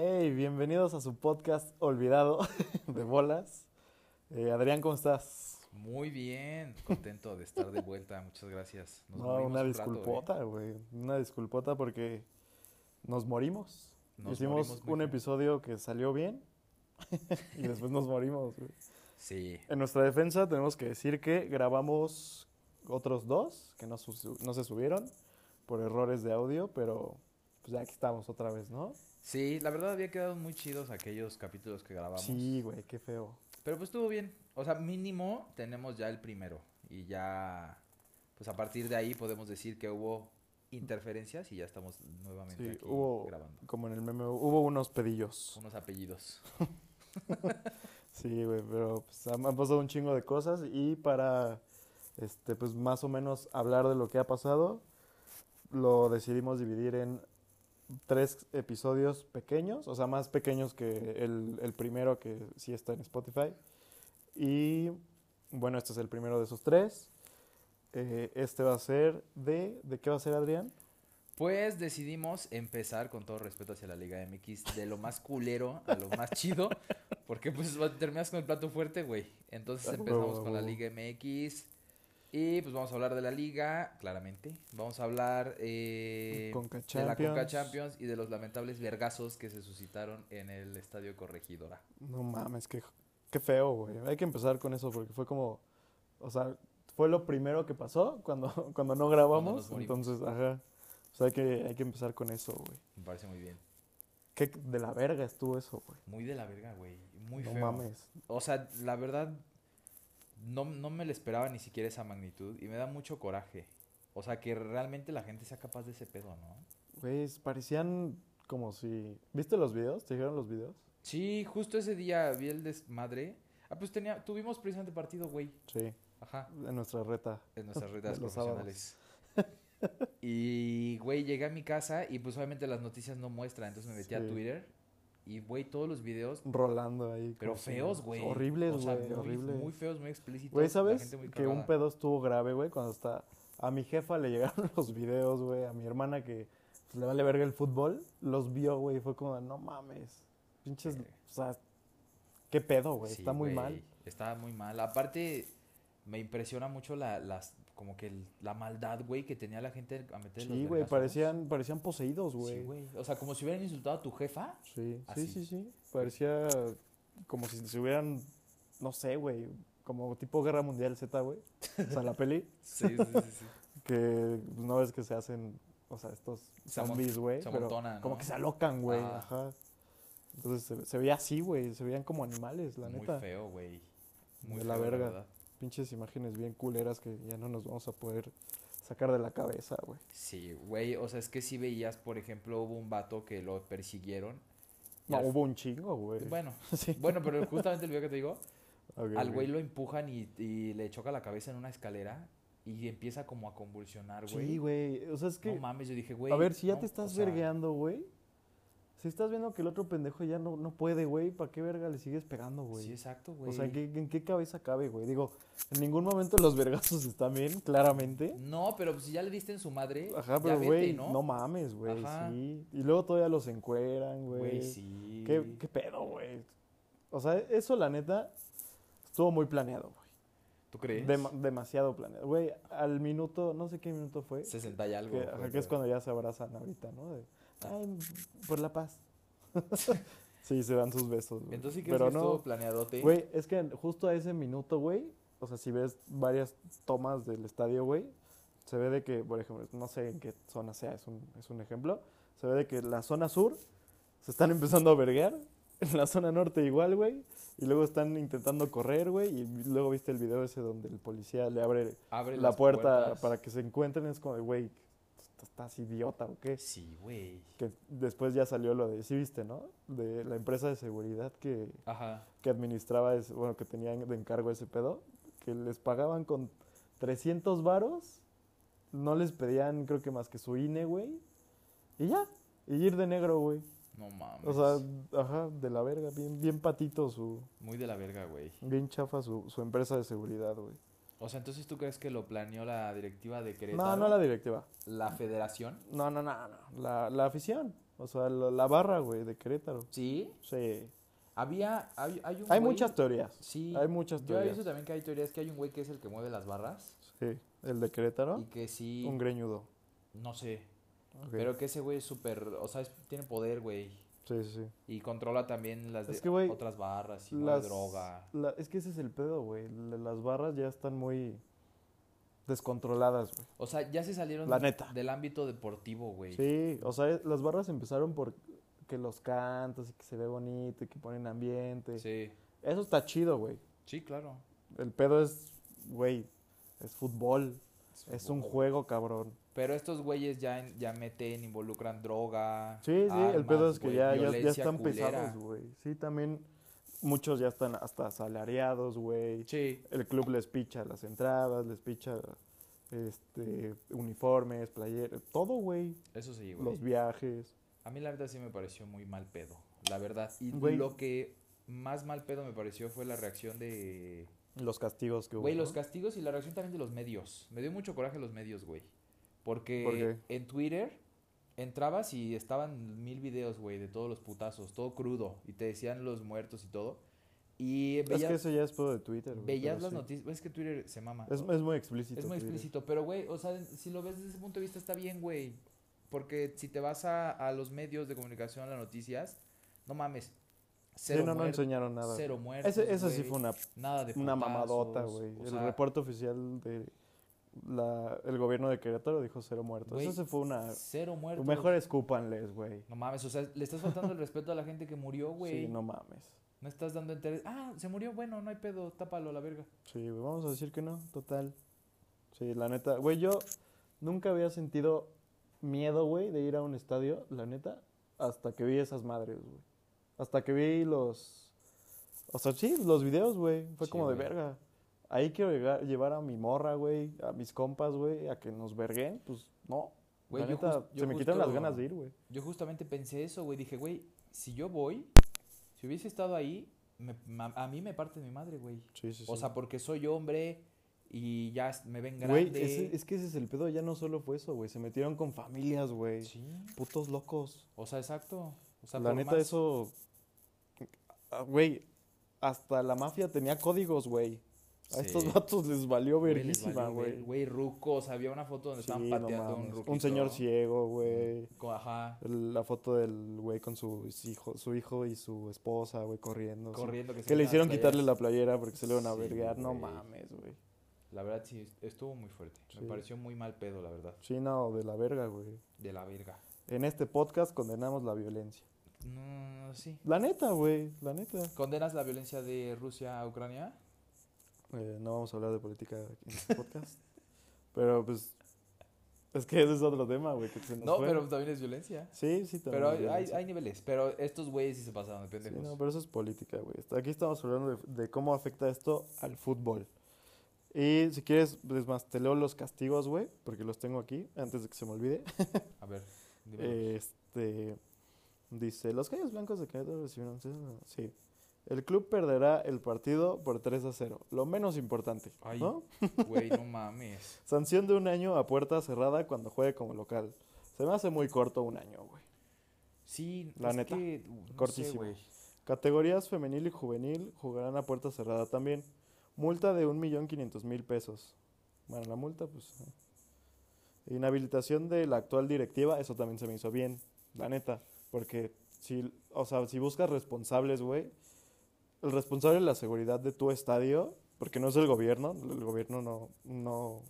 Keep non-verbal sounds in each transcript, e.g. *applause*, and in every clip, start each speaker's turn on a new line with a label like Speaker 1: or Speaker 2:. Speaker 1: bienvenidos a su podcast Olvidado *laughs* de Bolas. Eh, Adrián, ¿cómo estás?
Speaker 2: Muy bien, contento de estar de vuelta, muchas gracias.
Speaker 1: Nos no, una un
Speaker 2: ¿eh?
Speaker 1: disculpota, güey. Una disculpota porque nos morimos.
Speaker 2: Nos
Speaker 1: Hicimos
Speaker 2: morimos muy
Speaker 1: un
Speaker 2: feo.
Speaker 1: episodio que salió bien *laughs* y después nos morimos, güey.
Speaker 2: Sí,
Speaker 1: En nuestra defensa tenemos que decir que grabamos otros dos que no, su- no se subieron por errores de audio, pero pues ya aquí estamos otra vez, ¿no?
Speaker 2: sí, la verdad había quedado muy chidos aquellos capítulos que grabamos.
Speaker 1: Sí, güey, qué feo.
Speaker 2: Pero pues estuvo bien. O sea, mínimo tenemos ya el primero. Y ya, pues a partir de ahí podemos decir que hubo interferencias y ya estamos nuevamente
Speaker 1: Sí,
Speaker 2: aquí
Speaker 1: hubo,
Speaker 2: grabando.
Speaker 1: como en el meme, hubo unos pedillos.
Speaker 2: Unos apellidos.
Speaker 1: Sí, güey, pero pues, han han pasado un chingo de cosas y para, este, pues más o menos hablar de lo que ha pasado, lo decidimos dividir en tres episodios pequeños, o sea, más pequeños que el, el primero que sí está en Spotify. Y bueno, este es el primero de esos tres. Eh, este va a ser de, ¿de qué va a ser Adrián?
Speaker 2: Pues decidimos empezar con todo respeto hacia la Liga MX de lo más culero a lo más chido, porque pues va- terminas con el plato fuerte, güey. Entonces
Speaker 1: Ah,
Speaker 2: empezamos
Speaker 1: huevo,
Speaker 2: con la
Speaker 1: huevo.
Speaker 2: Liga MX y pues vamos a hablar de la Liga, claramente. Vamos a hablar eh,
Speaker 1: Conca
Speaker 2: de la Conca
Speaker 1: Champions.
Speaker 2: Champions y de los lamentables vergazos que se suscitaron en el Estadio Corregidora.
Speaker 1: No mames, qué, qué feo, güey. Hay que empezar con eso porque fue como, o sea, fue lo primero que pasó cuando, *laughs* cuando no grabamos.
Speaker 2: Cuando nos morimos.
Speaker 1: entonces, ajá. O sea, hay que, hay que empezar con eso, güey.
Speaker 2: Me parece muy bien.
Speaker 1: Qué de la verga estuvo eso, güey.
Speaker 2: Muy de la verga, güey. Muy
Speaker 1: No
Speaker 2: feo.
Speaker 1: mames.
Speaker 2: O sea, la verdad, no, no me lo esperaba ni siquiera esa magnitud y me da mucho coraje. O sea, que realmente la gente sea capaz de ese pedo, ¿no?
Speaker 1: Güey, es- parecían como si... ¿Viste los videos? ¿Te dijeron los videos?
Speaker 2: Sí, justo ese día vi el desmadre. Ah, pues tenía, tuvimos precisamente partido, güey.
Speaker 1: Sí,
Speaker 2: Ajá.
Speaker 1: en nuestra reta.
Speaker 2: En nuestras redes
Speaker 1: Los
Speaker 2: profesionales. *laughs* y, güey, llegué a mi casa y pues obviamente las noticias no muestran. Entonces me metí
Speaker 1: Sí.
Speaker 2: a Twitter y, güey, todos los videos,
Speaker 1: Rolando ahí.
Speaker 2: pero
Speaker 1: como si-
Speaker 2: feos, güey.
Speaker 1: Horribles,
Speaker 2: O sea,
Speaker 1: güey.
Speaker 2: muy-
Speaker 1: horribles.
Speaker 2: Muy feos, muy explícitos.
Speaker 1: Güey,
Speaker 2: la
Speaker 1: ¿sabes?
Speaker 2: gente muy
Speaker 1: Que un
Speaker 2: cagada.
Speaker 1: pedo estuvo grave, güey, cuando hasta a mi jefa le llegaron *laughs* los videos, güey, a mi hermana que pues, le vale verga el fútbol, los vio, güey, y fue como, no mames, pinches,
Speaker 2: Verga.
Speaker 1: o sea, qué pedo, güey,
Speaker 2: Sí,
Speaker 1: está muy
Speaker 2: güey,
Speaker 1: mal.
Speaker 2: Está muy mal. Aparte, me impresiona mucho la, las, como que el- la maldad, güey, que tenía la gente a meter los
Speaker 1: Sí, güey,
Speaker 2: vergazos.
Speaker 1: parecían, parecían poseídos,
Speaker 2: Sí,
Speaker 1: güey.
Speaker 2: güey. O sea, como si hubieran insultado a tu jefa.
Speaker 1: Sí, sí,
Speaker 2: Así.
Speaker 1: sí, sí, parecía como si se hubieran, no sé, güey, como tipo Guerra Mundial Z, güey, o sea, la
Speaker 2: *laughs*
Speaker 1: peli,
Speaker 2: Sí, sí, sí. *laughs* sí.
Speaker 1: que pues, no ves que se hacen, o sea, estos
Speaker 2: Se amon-
Speaker 1: zombies, güey.
Speaker 2: se
Speaker 1: pero
Speaker 2: amontonan, ¿no?
Speaker 1: Como que se alocan, güey.
Speaker 2: Ah.
Speaker 1: Ajá. Entonces se, se veía así, güey. Se veían como animales, la
Speaker 2: muy
Speaker 1: neta.
Speaker 2: feo, güey. Muy
Speaker 1: De la
Speaker 2: feo,
Speaker 1: verga.
Speaker 2: verdad.
Speaker 1: Pinches imágenes bien culeras que ya no nos vamos a poder sacar de la cabeza, güey.
Speaker 2: Sí, güey. O sea, es que si veías, por ejemplo, hubo un vato que lo persiguieron. y
Speaker 1: No,
Speaker 2: al-
Speaker 1: hubo un chingo, güey.
Speaker 2: Bueno,
Speaker 1: *laughs* Sí.
Speaker 2: bueno, pero justamente el video que te digo,
Speaker 1: Ok,
Speaker 2: al
Speaker 1: ok.
Speaker 2: güey lo empujan y, y le choca la cabeza en una escalera y empieza como a convulsionar, güey.
Speaker 1: Sí, güey. O sea, es que.
Speaker 2: No mames, yo dije, güey.
Speaker 1: a ver, si ya
Speaker 2: no,
Speaker 1: te estás
Speaker 2: o sea,
Speaker 1: vergueando, güey. Si estás viendo que el otro pendejo ya no, no puede, güey, ¿para qué verga le sigues pegando, güey?
Speaker 2: Sí, exacto, güey.
Speaker 1: O sea, ¿en qué, en qué cabeza cabe, güey? Digo, en ningún momento los vergazos están bien, claramente.
Speaker 2: No, pero pues si ya le diste en su madre.
Speaker 1: Ajá,
Speaker 2: ya
Speaker 1: pero
Speaker 2: vete,
Speaker 1: güey,
Speaker 2: ¿no?
Speaker 1: ¿no? mames, güey,
Speaker 2: Ajá.
Speaker 1: sí. Y luego todavía los encueran, güey.
Speaker 2: Güey, sí.
Speaker 1: ¿Qué, qué pedo, güey? O sea, eso la neta estuvo muy planeado, güey.
Speaker 2: ¿Tú crees?
Speaker 1: Dema- demasiado planeado. Güey, al minuto, no sé qué minuto fue.
Speaker 2: 60 y algo.
Speaker 1: que, ajá,
Speaker 2: güey, Ah.
Speaker 1: que es
Speaker 2: creo.
Speaker 1: cuando ya se abrazan ahorita, ¿no? De, Ay, por la paz. *laughs* sí, se dan sus besos, güey.
Speaker 2: Entonces sí crees
Speaker 1: pero
Speaker 2: que
Speaker 1: no,
Speaker 2: estuvo planeadote.
Speaker 1: Güey, es que justo a ese minuto, güey, o sea, si ves varias tomas del estadio, güey, se ve de que, por ejemplo, no sé en qué zona sea, es un, es un ejemplo, se ve de que la zona sur se están *laughs* empezando a verguear, en la zona norte igual, güey, y luego están intentando correr, güey, y luego viste el video ese donde el policía le abre
Speaker 2: Abre
Speaker 1: la
Speaker 2: las
Speaker 1: puerta
Speaker 2: puertas.
Speaker 1: para que se encuentren, es como de, güey, estás idiota o qué.
Speaker 2: Sí, güey.
Speaker 1: Que después ya salió lo de, sí viste, ¿no? De la empresa de seguridad que
Speaker 2: Ajá.
Speaker 1: que administraba, ese- bueno, que tenían de encargo ese pedo, que les pagaban con 300 varos, no les pedían creo que más que su INE, güey, y ya, y ir de negro, güey.
Speaker 2: No mames.
Speaker 1: O sea, ajá, de la verga, bien, bien patito su,
Speaker 2: Muy de la verga, güey.
Speaker 1: bien chafa su, su empresa de seguridad, güey.
Speaker 2: O sea, entonces tú crees que lo planeó la directiva de Querétaro.
Speaker 1: No, no la directiva,
Speaker 2: la federación.
Speaker 1: no, no, no, no, la, la afición, O sea, la, la barra, güey, de Querétaro.
Speaker 2: ¿Sí?
Speaker 1: Sí.
Speaker 2: Había, hay, hay un
Speaker 1: Hay
Speaker 2: güey-
Speaker 1: muchas teorías.
Speaker 2: Sí.
Speaker 1: Hay muchas
Speaker 2: Yo he
Speaker 1: teorías.
Speaker 2: visto también que hay teorías que hay un güey que es el que mueve las barras
Speaker 1: Sí. El de
Speaker 2: y
Speaker 1: Querétaro.
Speaker 2: que sí,
Speaker 1: Un greñudo.
Speaker 2: no sé,
Speaker 1: Ok.
Speaker 2: pero que ese güey es súper, o sea, es- tiene poder, güey,
Speaker 1: Sí, sí, sí.
Speaker 2: y controla también las
Speaker 1: Es
Speaker 2: de-
Speaker 1: que, güey,
Speaker 2: otras barras y mueve
Speaker 1: Las-
Speaker 2: droga.
Speaker 1: la- es que ese es el pedo, güey. La- Las barras ya están muy descontroladas, güey.
Speaker 2: O sea, ya se salieron
Speaker 1: La
Speaker 2: de-
Speaker 1: neta.
Speaker 2: del ámbito deportivo, güey.
Speaker 1: Sí, o sea, es- las barras empezaron por que los cantas y que se ve bonito y que ponen ambiente.
Speaker 2: sí,
Speaker 1: Eso está chido, güey.
Speaker 2: Sí, claro.
Speaker 1: El pedo es, güey, es fútbol. Es un
Speaker 2: fútbol.
Speaker 1: juego, cabrón.
Speaker 2: Pero estos güeyes ya, en- ya meten, involucran droga.
Speaker 1: Sí, sí, el pedo
Speaker 2: armas,
Speaker 1: es que
Speaker 2: güey,
Speaker 1: ya, ya, ya
Speaker 2: violencia
Speaker 1: están
Speaker 2: culera.
Speaker 1: pesados, güey. Sí, también muchos ya están hasta asalariados, güey.
Speaker 2: Sí,
Speaker 1: El club les picha las entradas, les picha este, uniformes, playeras, todo, güey.
Speaker 2: eso sí, güey.
Speaker 1: Los viajes.
Speaker 2: A mí la verdad sí me pareció muy mal pedo, la verdad. Y
Speaker 1: Güey.
Speaker 2: lo que más mal pedo me pareció fue la reacción de...
Speaker 1: Los castigos que hubo.
Speaker 2: Güey, los
Speaker 1: ¿no?
Speaker 2: castigos y la reacción también de los medios. Me dio mucho coraje los medios, güey. Porque
Speaker 1: ¿Por qué?
Speaker 2: en Twitter entrabas y estaban mil videos, güey, de todos los putazos, todo crudo. Y te decían los muertos y todo. Y
Speaker 1: Es
Speaker 2: veías,
Speaker 1: que eso ya es pedo de Twitter, güey.
Speaker 2: veías
Speaker 1: pero
Speaker 2: las
Speaker 1: sí.
Speaker 2: noticias. Es que Twitter se mama.
Speaker 1: Es, es muy explícito.
Speaker 2: Es muy
Speaker 1: Twitter.
Speaker 2: explícito, pero güey, o sea, si lo ves desde ese punto de vista está bien, güey. Porque si te vas a, a los medios de comunicación, a las noticias, no mames.
Speaker 1: Sí,
Speaker 2: Cero
Speaker 1: no, no
Speaker 2: muer-
Speaker 1: enseñaron nada.
Speaker 2: Cero
Speaker 1: güey.
Speaker 2: muertos.
Speaker 1: Ese- esa sí
Speaker 2: güey,
Speaker 1: fue una,
Speaker 2: Nada de
Speaker 1: una mamadota,
Speaker 2: putazos,
Speaker 1: güey.
Speaker 2: o
Speaker 1: El
Speaker 2: sea,
Speaker 1: reporte oficial de la, el gobierno de Querétaro dijo cero muertos.
Speaker 2: Güey,
Speaker 1: Eso se fue una...
Speaker 2: Cero muertos.
Speaker 1: Ah, Mejor escúpanles, güey.
Speaker 2: No mames, o sea, le estás faltando el respeto a la gente que murió, güey.
Speaker 1: Sí,
Speaker 2: no.
Speaker 1: no mames.
Speaker 2: estás dando interés. Ah, se murió, bueno, no hay pedo, tápalo a la verga.
Speaker 1: Sí, güey, vamos a decir que no, total. Sí, la neta. Güey, yo nunca había sentido miedo, güey, de ir a un estadio, la neta, hasta que vi esas madres, güey. Hasta que vi los... O sea, sí, los videos, güey. Fue
Speaker 2: Sí,
Speaker 1: como de
Speaker 2: güey.
Speaker 1: verga. Ahí quiero llegar- llevar a mi morra, güey, a mis compas, güey, a que nos verguen. Pues no.
Speaker 2: Güey,
Speaker 1: la
Speaker 2: yo
Speaker 1: neta,
Speaker 2: jus- yo
Speaker 1: se me quitan las
Speaker 2: justo-
Speaker 1: ganas de ir, güey.
Speaker 2: Yo justamente pensé eso, güey. Dije, güey, si yo voy, si hubiese estado ahí, me- ma- a mí me parte mi madre, güey.
Speaker 1: Sí, sí, sí.
Speaker 2: O sea, porque soy hombre y ya es- me ven grande.
Speaker 1: güey, ese- es que ese es el pedo. Ya no solo fue eso, güey. Se metieron con familias, güey.
Speaker 2: Sí.
Speaker 1: Putos locos.
Speaker 2: O sea, exacto. O sea,
Speaker 1: la
Speaker 2: por
Speaker 1: neta,
Speaker 2: más-
Speaker 1: eso. ah, Güey, hasta la mafia tenía códigos, güey. A
Speaker 2: Sí.
Speaker 1: estos vatos les valió
Speaker 2: Güey, les
Speaker 1: verguísima,
Speaker 2: valió ver-
Speaker 1: güey.
Speaker 2: Güey, rucos. Había una foto donde
Speaker 1: Sí, no
Speaker 2: estaban pateando a un
Speaker 1: mames.
Speaker 2: ruquito.
Speaker 1: señor ciego, güey.
Speaker 2: Co- Ajá.
Speaker 1: El- La foto del güey con su hijo, su hijo y su esposa, güey, corriendo. sí.
Speaker 2: Corriendo. Que, se
Speaker 1: Que le
Speaker 2: quitan
Speaker 1: hicieron
Speaker 2: las
Speaker 1: quitarle
Speaker 2: playeras.
Speaker 1: la playera porque se le iban a
Speaker 2: Sí,
Speaker 1: verguear. No
Speaker 2: güey.
Speaker 1: mames, güey.
Speaker 2: La verdad, sí, estuvo muy fuerte.
Speaker 1: Sí.
Speaker 2: Me pareció muy mal pedo, la verdad.
Speaker 1: Sí, no, de la verga, güey.
Speaker 2: De la verga.
Speaker 1: En este podcast condenamos la violencia.
Speaker 2: No, no, sí.
Speaker 1: La neta, güey, la neta.
Speaker 2: ¿Condenas la violencia de Rusia a Ucrania?
Speaker 1: Eh, no vamos a hablar de política aquí en este
Speaker 2: *laughs*
Speaker 1: podcast. pero pues. Es que ese es otro tema, güey. que se nos
Speaker 2: No,
Speaker 1: fue.
Speaker 2: pero también es violencia.
Speaker 1: Sí, sí, también. es
Speaker 2: Pero hay, hay,
Speaker 1: violencia.
Speaker 2: hay niveles. Pero estos güeyes sí se pasaron de
Speaker 1: Sí,
Speaker 2: pendejos.
Speaker 1: no, pero eso es política, güey. Está- Aquí estamos hablando de, de cómo afecta esto al fútbol. Y si quieres, pues más, te leo los castigos, güey, porque los tengo aquí, antes de que se me olvide.
Speaker 2: A ver, dime.
Speaker 1: Este dice, los Gallos Blancos de Querétaro recibieron sí. El club perderá el partido por 3 a 0, lo menos importante,
Speaker 2: Ay.
Speaker 1: ¿no?
Speaker 2: Güey, no mames.
Speaker 1: Sanción de un año a puerta cerrada cuando juegue como local. Se me hace muy corto un año, güey.
Speaker 2: Sí,
Speaker 1: La
Speaker 2: es
Speaker 1: neta,
Speaker 2: que, u- no sé,
Speaker 1: cortísimo.
Speaker 2: güey.
Speaker 1: Categorías femenil y juvenil jugarán a puerta cerrada también. Multa de 1.500.000 pesos. Bueno, la multa, pues... eh. Inhabilitación de la actual directiva, eso también se me hizo bien, la neta. Porque si, o sea, si buscas responsables, güey, el responsable de la seguridad de tu estadio, porque no es el gobierno, el gobierno no, no,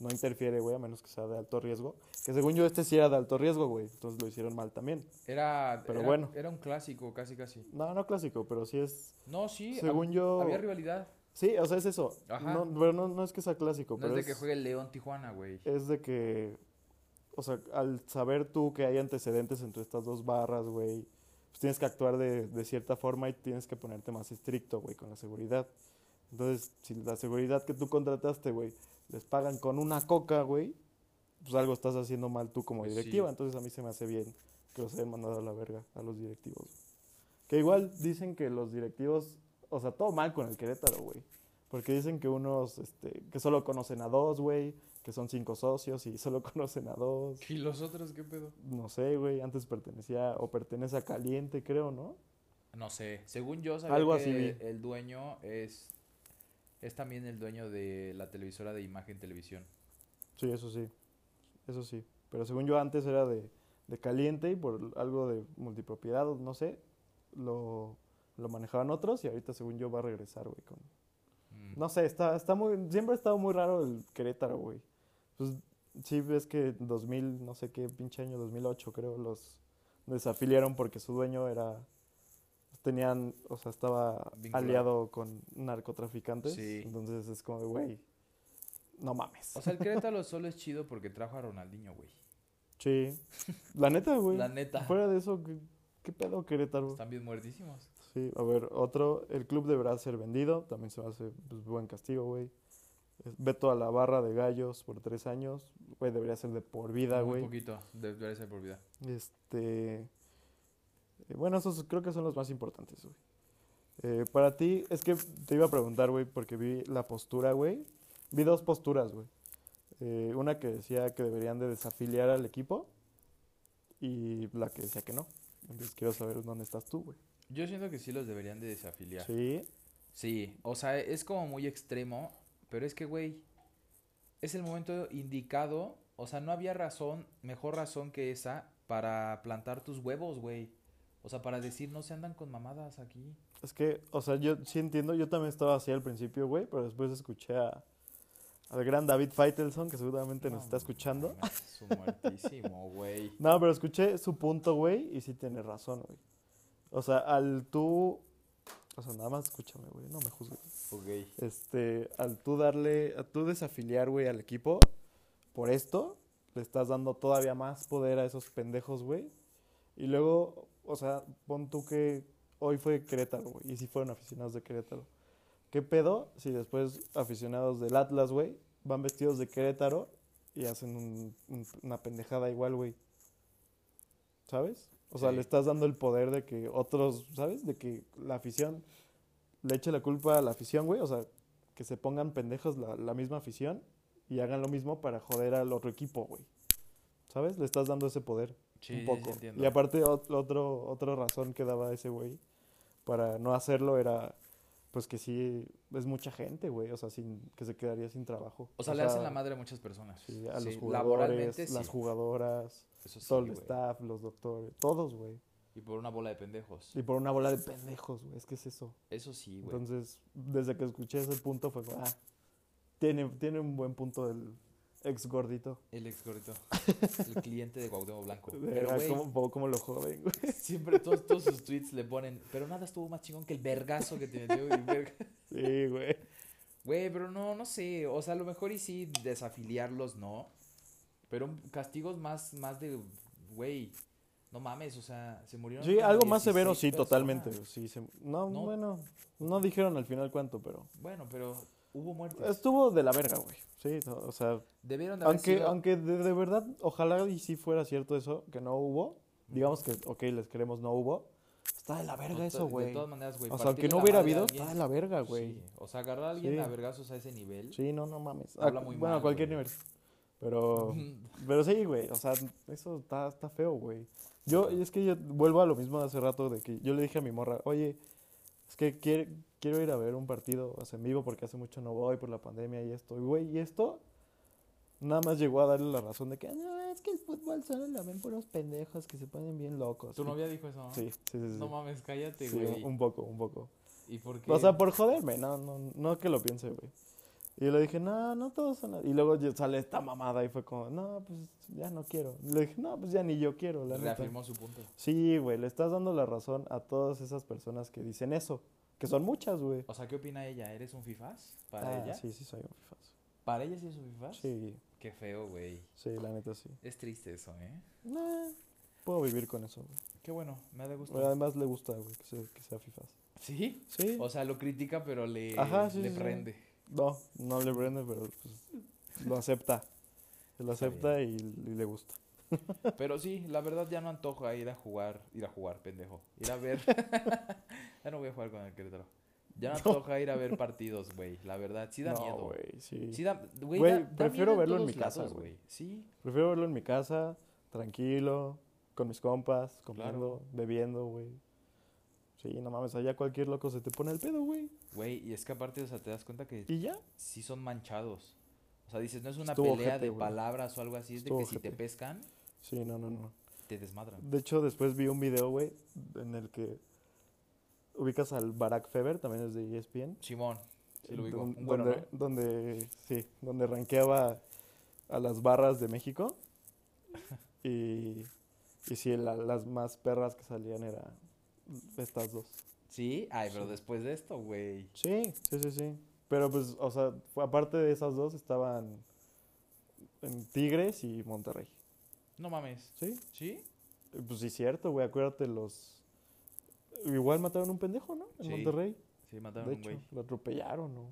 Speaker 1: no interfiere, güey, a menos que sea de alto riesgo. Que según yo este sí era de alto riesgo, güey, entonces lo hicieron mal también.
Speaker 2: Era,
Speaker 1: Pero
Speaker 2: era-
Speaker 1: bueno.
Speaker 2: era un clásico, casi, casi.
Speaker 1: No, no clásico, pero sí es...
Speaker 2: No, sí, hab-
Speaker 1: Según yo...
Speaker 2: había rivalidad.
Speaker 1: Sí, o sea, es eso.
Speaker 2: Ajá.
Speaker 1: No, pero no, no es que sea clásico,
Speaker 2: No
Speaker 1: pero
Speaker 2: es de
Speaker 1: es, Eh.
Speaker 2: que juegue el León Tijuana, güey.
Speaker 1: es de que, o sea, al saber tú que hay antecedentes entre estas dos barras, güey, pues tienes que actuar de, de cierta forma y tienes que ponerte más estricto, güey, con la seguridad. Entonces, si la seguridad que tú contrataste, güey, les pagan con una coca, güey, pues algo estás haciendo mal tú como
Speaker 2: Pues
Speaker 1: directiva.
Speaker 2: sí.
Speaker 1: Entonces, a mí se me hace bien que los hayan mandado a la verga a los directivos. Que igual dicen que los directivos, o sea, todo mal con el Querétaro, güey. Porque dicen que unos, este, que solo conocen a dos, güey, que son cinco socios y *laughs* solo conocen a dos.
Speaker 2: ¿Y los otros qué pedo?
Speaker 1: No sé, güey, antes pertenecía o pertenece a Caliente, creo, ¿no?
Speaker 2: No sé. Según yo, sabía
Speaker 1: Algo
Speaker 2: que
Speaker 1: así vi.
Speaker 2: el dueño es. Es también el dueño de la televisora de imagen televisión.
Speaker 1: Sí, eso sí, eso sí. Pero según yo antes era de, de Caliente y por algo de multipropiedad, o no sé, lo, lo manejaban otros y ahorita según yo va a regresar, güey, con,
Speaker 2: Mm.
Speaker 1: No sé, está, está muy, siempre ha estado muy raro el Querétaro, güey. Pues sí, ves que 2000, no sé qué pinche año, 2008 creo, los desafiliaron porque su dueño era, tenían, o sea, estaba
Speaker 2: Vinculado.
Speaker 1: aliado con narcotraficantes.
Speaker 2: Sí.
Speaker 1: Entonces es como de, güey, no mames.
Speaker 2: O sea, el Querétaro solo es chido porque trajo a Ronaldinho, güey.
Speaker 1: sí. La neta, güey.
Speaker 2: La neta.
Speaker 1: Fuera de eso, ¿qué, qué pedo Querétaro?
Speaker 2: Están bien muertísimos.
Speaker 1: Sí, a ver, otro, el club deberá ser vendido, también se me hace pues, buen castigo, güey. Es- Veto a la barra de gallos por tres años, güey, debería ser de por vida,
Speaker 2: Muy
Speaker 1: güey.
Speaker 2: poquito. de- Debería ser por vida.
Speaker 1: Este, eh, bueno, esos creo que son los más importantes, güey. Eh, para ti, es que te iba a preguntar, güey, porque vi la postura, güey. Vi dos posturas, güey. Eh, una que decía que deberían de desafiliar al equipo y la que decía que no. Entonces quiero saber dónde estás tú, güey.
Speaker 2: Yo siento que sí los deberían de desafiliar. Sí.
Speaker 1: Sí,
Speaker 2: O sea, es como muy extremo. Pero es que, güey. Es el momento indicado. O sea, no había razón, mejor razón que esa para plantar tus huevos, güey. O sea, para decir no se andan con mamadas aquí.
Speaker 1: Es que, o sea, yo sí entiendo, yo también estaba así al principio, güey, pero después escuché a- al gran David Feitelson, que seguramente nos
Speaker 2: No
Speaker 1: está escuchando.
Speaker 2: mames, Su
Speaker 1: *laughs*
Speaker 2: muertísimo, güey.
Speaker 1: No, pero escuché su punto, güey, y sí tiene razón, güey. O sea, al tú, o sea, nada más escúchame, güey, no me juzgues.
Speaker 2: Ok.
Speaker 1: Este, al tú darle, a tú desafiliar, güey, al equipo, por esto, le estás dando todavía más poder a esos pendejos, güey. Y luego, o sea, pon tú que hoy fue Querétaro, güey, y si fueron aficionados de Querétaro. ¿Qué pedo si después aficionados del Atlas, güey, van vestidos de Querétaro y hacen un- un- una pendejada igual, güey? ¿Sabes? O sea,
Speaker 2: Sí.
Speaker 1: le estás dando el poder de que otros, ¿sabes? De que la afición le eche la culpa a la afición, güey. O sea, que se pongan pendejos la, la misma afición y hagan lo mismo para joder al otro equipo, güey. ¿Sabes? Le estás dando ese poder
Speaker 2: Sí, sí,
Speaker 1: un
Speaker 2: sí,
Speaker 1: poco.
Speaker 2: entiendo.
Speaker 1: y aparte ot- otro, otra razón que daba ese güey para no hacerlo era pues que sí es mucha gente, güey, o sea, sin que se quedaría sin trabajo.
Speaker 2: O sea, le hacen la madre a muchas personas.
Speaker 1: sí, a los
Speaker 2: Sí,
Speaker 1: jugadores, las
Speaker 2: sí.
Speaker 1: jugadoras,
Speaker 2: Eso sí,
Speaker 1: todo el
Speaker 2: güey.
Speaker 1: staff, los doctores, todos, güey.
Speaker 2: Y por una bola de pendejos.
Speaker 1: Y por una bola de pendejos, güey, es que es eso.
Speaker 2: Eso sí, güey.
Speaker 1: Entonces, desde que escuché ese punto fue, como, ah, tiene, tiene un buen punto el ex gordito.
Speaker 2: El
Speaker 1: *laughs*
Speaker 2: ex gordito. El cliente de Cuauhtémoc Blanco. Pero,
Speaker 1: Era
Speaker 2: güey,
Speaker 1: como, como lo joden,
Speaker 2: *laughs*
Speaker 1: güey.
Speaker 2: siempre todos, todos sus tweets le ponen, pero nada estuvo más chingón que el vergazo que te metió. güey, verga".
Speaker 1: Sí, güey.
Speaker 2: Güey, pero no, no sé. O sea, a lo mejor y sí, desafiliarlos, no. Pero un- castigos más, más de, güey, no mames, o sea, se murieron.
Speaker 1: Sí,
Speaker 2: como
Speaker 1: algo más severo,
Speaker 2: 16
Speaker 1: sí, totalmente.
Speaker 2: personas.
Speaker 1: Sí, se- no,
Speaker 2: No.
Speaker 1: bueno, no dijeron al final cuánto, pero
Speaker 2: Bueno, pero hubo muertes.
Speaker 1: estuvo de la verga, güey. Sí, no, o sea,
Speaker 2: Debieron de haber
Speaker 1: aunque,
Speaker 2: sido-
Speaker 1: aunque de, de verdad, ojalá y sí fuera cierto eso, que no hubo, digamos que, ok, les queremos, no hubo, está de la verga
Speaker 2: de to-
Speaker 1: eso,
Speaker 2: De
Speaker 1: güey.
Speaker 2: todas maneras, güey.
Speaker 1: O sea, aunque
Speaker 2: partirle
Speaker 1: no
Speaker 2: la
Speaker 1: hubiera
Speaker 2: madre
Speaker 1: habido,
Speaker 2: a alguien-
Speaker 1: está de la verga, güey.
Speaker 2: Sí, O sea, agarrar a alguien
Speaker 1: Sí.
Speaker 2: a vergazos a ese nivel.
Speaker 1: Sí, no, no mames. Ah,
Speaker 2: Habla muy
Speaker 1: bueno, a
Speaker 2: mal,
Speaker 1: cualquier
Speaker 2: güey.
Speaker 1: nivel.
Speaker 2: *laughs*
Speaker 1: Pero, pero sí, güey. O sea, eso está, está feo, güey. Yo, y es que yo vuelvo a lo mismo de hace rato de que yo le dije a mi morra, oye, es que quiero, quiero ir a ver un partido o sea, en vivo porque hace mucho no voy por la pandemia y esto. Y, güey, y esto nada más llegó a darle la razón de que, no, es que el fútbol solo la ven puros pendejos que se ponen bien locos.
Speaker 2: Tu
Speaker 1: Y-
Speaker 2: novia dijo eso, ¿no?
Speaker 1: Sí, sí, sí. sí.
Speaker 2: No mames, cállate,
Speaker 1: Sí,
Speaker 2: güey.
Speaker 1: un poco, un poco.
Speaker 2: ¿Y por qué?
Speaker 1: O sea, por joderme, no, no, no que lo piense, güey. Y yo le dije, no, no todos son... a-". Y luego yo- sale esta mamada y fue como, no, pues ya no quiero. Le dije, no, pues ya ni yo quiero, la neta".
Speaker 2: Reafirmó su punto.
Speaker 1: Sí, güey, le estás dando la razón a todas esas personas que dicen eso. Que son muchas, güey.
Speaker 2: O sea, ¿qué opina ella? ¿Eres un FIFAS? ¿Para
Speaker 1: Ah,
Speaker 2: ella?
Speaker 1: Sí, sí, soy un fifazo.
Speaker 2: ¿Para ella sí es un FIFAS?
Speaker 1: Sí,
Speaker 2: Qué feo, güey.
Speaker 1: sí, la neta sí.
Speaker 2: Es triste eso, ¿eh?
Speaker 1: Nah, puedo vivir con eso, güey.
Speaker 2: Qué bueno, me da gusto.
Speaker 1: Güey, Además le gusta, güey, que sea, que sea fifaz.
Speaker 2: ¿Sí?
Speaker 1: Sí.
Speaker 2: O sea, lo critica, pero le,
Speaker 1: Ajá, sí,
Speaker 2: le
Speaker 1: sí, sí. *laughs*
Speaker 2: prende.
Speaker 1: No, no le prende, pero pues, lo acepta. Lo
Speaker 2: Está
Speaker 1: acepta y, y le gusta.
Speaker 2: Pero sí, la verdad ya
Speaker 1: *laughs*
Speaker 2: no antoja ir a jugar, ir a jugar, pendejo. Ir a ver. ya no voy a jugar con el Querétaro. Ya me antoja ir a ver partidos, güey. La verdad, sí da
Speaker 1: no,
Speaker 2: miedo.
Speaker 1: güey, sí.
Speaker 2: Sí da, güey,
Speaker 1: Güey,
Speaker 2: da- da
Speaker 1: prefiero
Speaker 2: miedo
Speaker 1: verlo en mi
Speaker 2: todos
Speaker 1: casa,
Speaker 2: lados,
Speaker 1: güey.
Speaker 2: Sí,
Speaker 1: Prefiero verlo en mi casa, tranquilo, con mis compas, comiendo,
Speaker 2: Claro.
Speaker 1: bebiendo, güey. Sí, no mames, allá cualquier loco se te pone el pedo, güey.
Speaker 2: güey. Y es que aparte, o sea, te das cuenta que
Speaker 1: Y ya.
Speaker 2: sí son manchados. O sea, dices, no es una
Speaker 1: Estuvo
Speaker 2: pelea
Speaker 1: ojete,
Speaker 2: de
Speaker 1: güey.
Speaker 2: palabras o algo así, es de
Speaker 1: Estuvo
Speaker 2: que si te
Speaker 1: ojete.
Speaker 2: pescan,
Speaker 1: Sí, no, no, no.
Speaker 2: te desmadran.
Speaker 1: De hecho, después vi un video, güey, en el que ubicas al Barack Feber, también es de E ESPN.
Speaker 2: Simón, sí lo ubico.
Speaker 1: don-
Speaker 2: Un güero,
Speaker 1: donde,
Speaker 2: ¿no?
Speaker 1: donde, sí, donde rankeaba a las barras de
Speaker 2: *laughs*
Speaker 1: México. Y, y sí, la- las más perras que salían eran estas dos.
Speaker 2: Sí, ay, pero
Speaker 1: Sí.
Speaker 2: después de esto, güey.
Speaker 1: Sí, sí, sí, sí. Pero pues, o sea, fue- aparte de esas dos estaban en Tigres y Monterrey.
Speaker 2: No mames.
Speaker 1: Sí,
Speaker 2: ¿Sí?
Speaker 1: Eh, pues sí, cierto, güey. Acuérdate los... Igual mataron a un pendejo, ¿no? En
Speaker 2: Sí,
Speaker 1: Monterrey.
Speaker 2: Sí,
Speaker 1: de
Speaker 2: mataron a un
Speaker 1: hecho,
Speaker 2: güey.
Speaker 1: lo atropellaron, ¿no?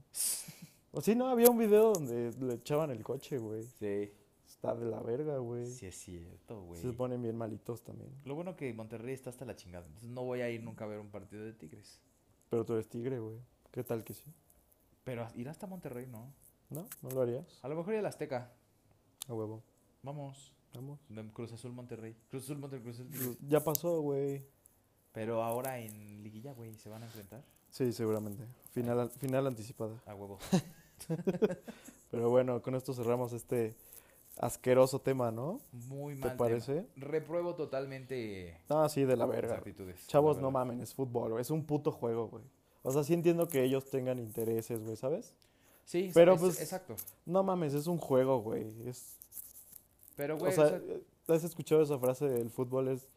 Speaker 1: O sí, no, había un video donde le echaban el coche, güey.
Speaker 2: Sí.
Speaker 1: Está de la verga, güey.
Speaker 2: Sí, es cierto, güey.
Speaker 1: Se ponen bien malitos también.
Speaker 2: Lo bueno que Monterrey está hasta la chingada. Entonces no voy a ir nunca a ver un partido de Tigres.
Speaker 1: Pero tú eres tigre, güey. ¿Qué tal que sí?
Speaker 2: Pero ir hasta Monterrey, ¿no?
Speaker 1: ¿No? ¿No lo harías?
Speaker 2: A lo mejor ir al Azteca.
Speaker 1: A huevo.
Speaker 2: Vamos.
Speaker 1: Vamos.
Speaker 2: Em, Cruz Azul, Monterrey. Cruz Azul, Monterrey, Cruz Azul. Tigres.
Speaker 1: Ya pasó, güey.
Speaker 2: Pero ahora en Liguilla, güey, se van a enfrentar.
Speaker 1: Sí, seguramente. Final, final anticipada.
Speaker 2: A huevo.
Speaker 1: Pero bueno, con esto cerramos este asqueroso tema, ¿no?
Speaker 2: Muy
Speaker 1: ¿Te
Speaker 2: mal. tema.
Speaker 1: parece?
Speaker 2: Repruebo totalmente
Speaker 1: Ah, sí, de la
Speaker 2: las
Speaker 1: verga.
Speaker 2: actitudes.
Speaker 1: Chavos,
Speaker 2: la
Speaker 1: no
Speaker 2: verdad.
Speaker 1: mamen, es fútbol, güey. Es un puto juego, güey. O sea, sí entiendo que ellos tengan intereses, güey, ¿sabes?
Speaker 2: Sí,
Speaker 1: Pero,
Speaker 2: pero
Speaker 1: pues,
Speaker 2: exacto.
Speaker 1: No mames, es un juego, güey. Es,
Speaker 2: Pero, güey,
Speaker 1: o sea,
Speaker 2: o sea,
Speaker 1: ¿has escuchado esa frase del fútbol es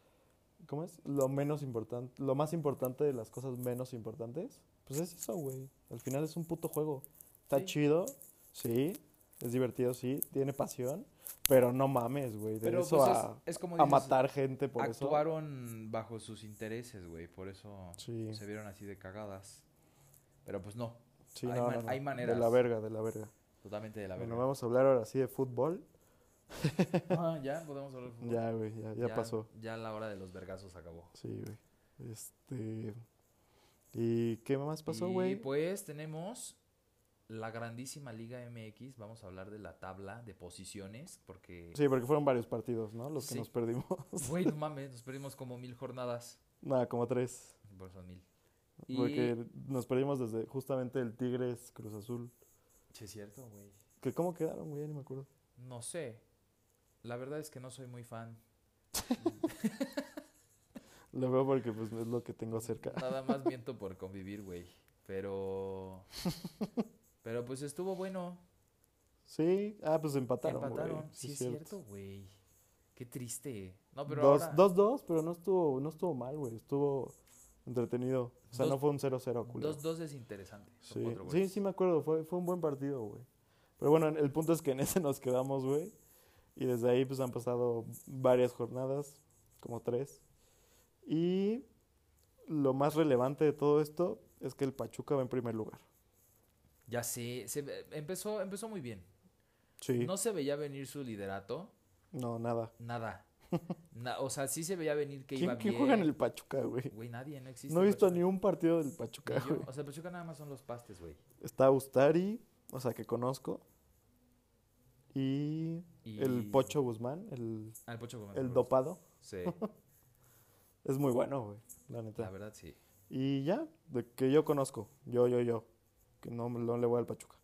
Speaker 1: ¿cómo es? Lo menos importante, lo más importante de las cosas menos importantes? Pues es eso, güey. Al final es un puto juego. Está
Speaker 2: Sí.
Speaker 1: chido, sí, es divertido, sí, tiene pasión, pero no mames, güey, de
Speaker 2: pero
Speaker 1: eso
Speaker 2: pues,
Speaker 1: a,
Speaker 2: es, es como
Speaker 1: a
Speaker 2: dices,
Speaker 1: matar gente por eso.
Speaker 2: actuaron bajo sus intereses, güey, por eso
Speaker 1: Sí,
Speaker 2: se vieron así de cagadas. Pero pues no,
Speaker 1: sí,
Speaker 2: hay
Speaker 1: no,
Speaker 2: man-
Speaker 1: no, no.
Speaker 2: hay
Speaker 1: De la
Speaker 2: maneras.
Speaker 1: verga, de la verga.
Speaker 2: totalmente de la
Speaker 1: Bueno,
Speaker 2: verga.
Speaker 1: vamos a hablar ahora sí de fútbol.
Speaker 2: Ah, ya podemos hablar de fútbol.
Speaker 1: Ya, güey, ya, ya pasó.
Speaker 2: Ya la hora de los vergazos acabó.
Speaker 1: Sí, güey. Este ¿Y qué más pasó,
Speaker 2: Y
Speaker 1: güey?
Speaker 2: pues tenemos la grandísima Liga MX. Vamos a hablar de la tabla de posiciones porque
Speaker 1: Sí, porque fueron varios partidos, ¿no? Los que
Speaker 2: Sí.
Speaker 1: nos perdimos. *laughs*
Speaker 2: Güey, no mames, nos perdimos como mil jornadas.
Speaker 1: Nada, como tres.
Speaker 2: Por son mil. Y...
Speaker 1: Porque nos perdimos desde justamente el Tigres Cruz Azul.
Speaker 2: Sí, es cierto, güey.
Speaker 1: ¿Que ¿Cómo quedaron, güey? Ya Ni me acuerdo.
Speaker 2: No sé. La verdad es que no soy muy fan.
Speaker 1: Lo veo porque pues es lo que tengo cerca.
Speaker 2: Nada más miento por convivir, güey.
Speaker 1: *laughs*
Speaker 2: Pero. Pero pues estuvo bueno.
Speaker 1: Sí, ah, pues empataron. güey.
Speaker 2: Empataron. Sí, es cierto, güey. Qué triste. No, pero
Speaker 1: dos,
Speaker 2: ahora.
Speaker 1: dos, dos, pero no estuvo, no estuvo mal, güey. Estuvo entretenido. O sea,
Speaker 2: Dos-
Speaker 1: no fue un 0-0, culero.
Speaker 2: dos, dos es interesante. Son
Speaker 1: Sí.
Speaker 2: cuatro
Speaker 1: sí,
Speaker 2: goles.
Speaker 1: sí me acuerdo, fue, fue un buen partido, güey. Pero bueno, el punto es que en ese *laughs* nos quedamos, güey. Y desde ahí pues han pasado varias jornadas, como tres. Y lo más relevante de todo esto es que el Pachuca va en primer lugar.
Speaker 2: Ya sé. se ve- empezó, empezó muy bien.
Speaker 1: Sí. No,
Speaker 2: No se veía venir su liderato.
Speaker 1: nada. *laughs*
Speaker 2: Nada. Na- o sea, sí se veía venir que
Speaker 1: ¿Quién,
Speaker 2: iba
Speaker 1: quién
Speaker 2: bien.
Speaker 1: juega en el Pachuca, güey?
Speaker 2: Güey, nadie, no existe.
Speaker 1: No he visto
Speaker 2: Pachuca.
Speaker 1: ni un partido del
Speaker 2: Ni
Speaker 1: Pachuca,
Speaker 2: yo.
Speaker 1: güey.
Speaker 2: O sea, Pachuca nada más son los pastes, güey.
Speaker 1: Está Ustari, o sea, que conozco. Y el
Speaker 2: Y-
Speaker 1: Pocho Guzmán, el,
Speaker 2: Ah, el Pocho Gómez.
Speaker 1: el
Speaker 2: perdón.
Speaker 1: dopado.
Speaker 2: Sí,
Speaker 1: *laughs* Es muy bueno, güey. La neta.
Speaker 2: la verdad sí.
Speaker 1: Y ya, de que yo conozco, yo, yo, yo, que no, no le voy al Pachuca.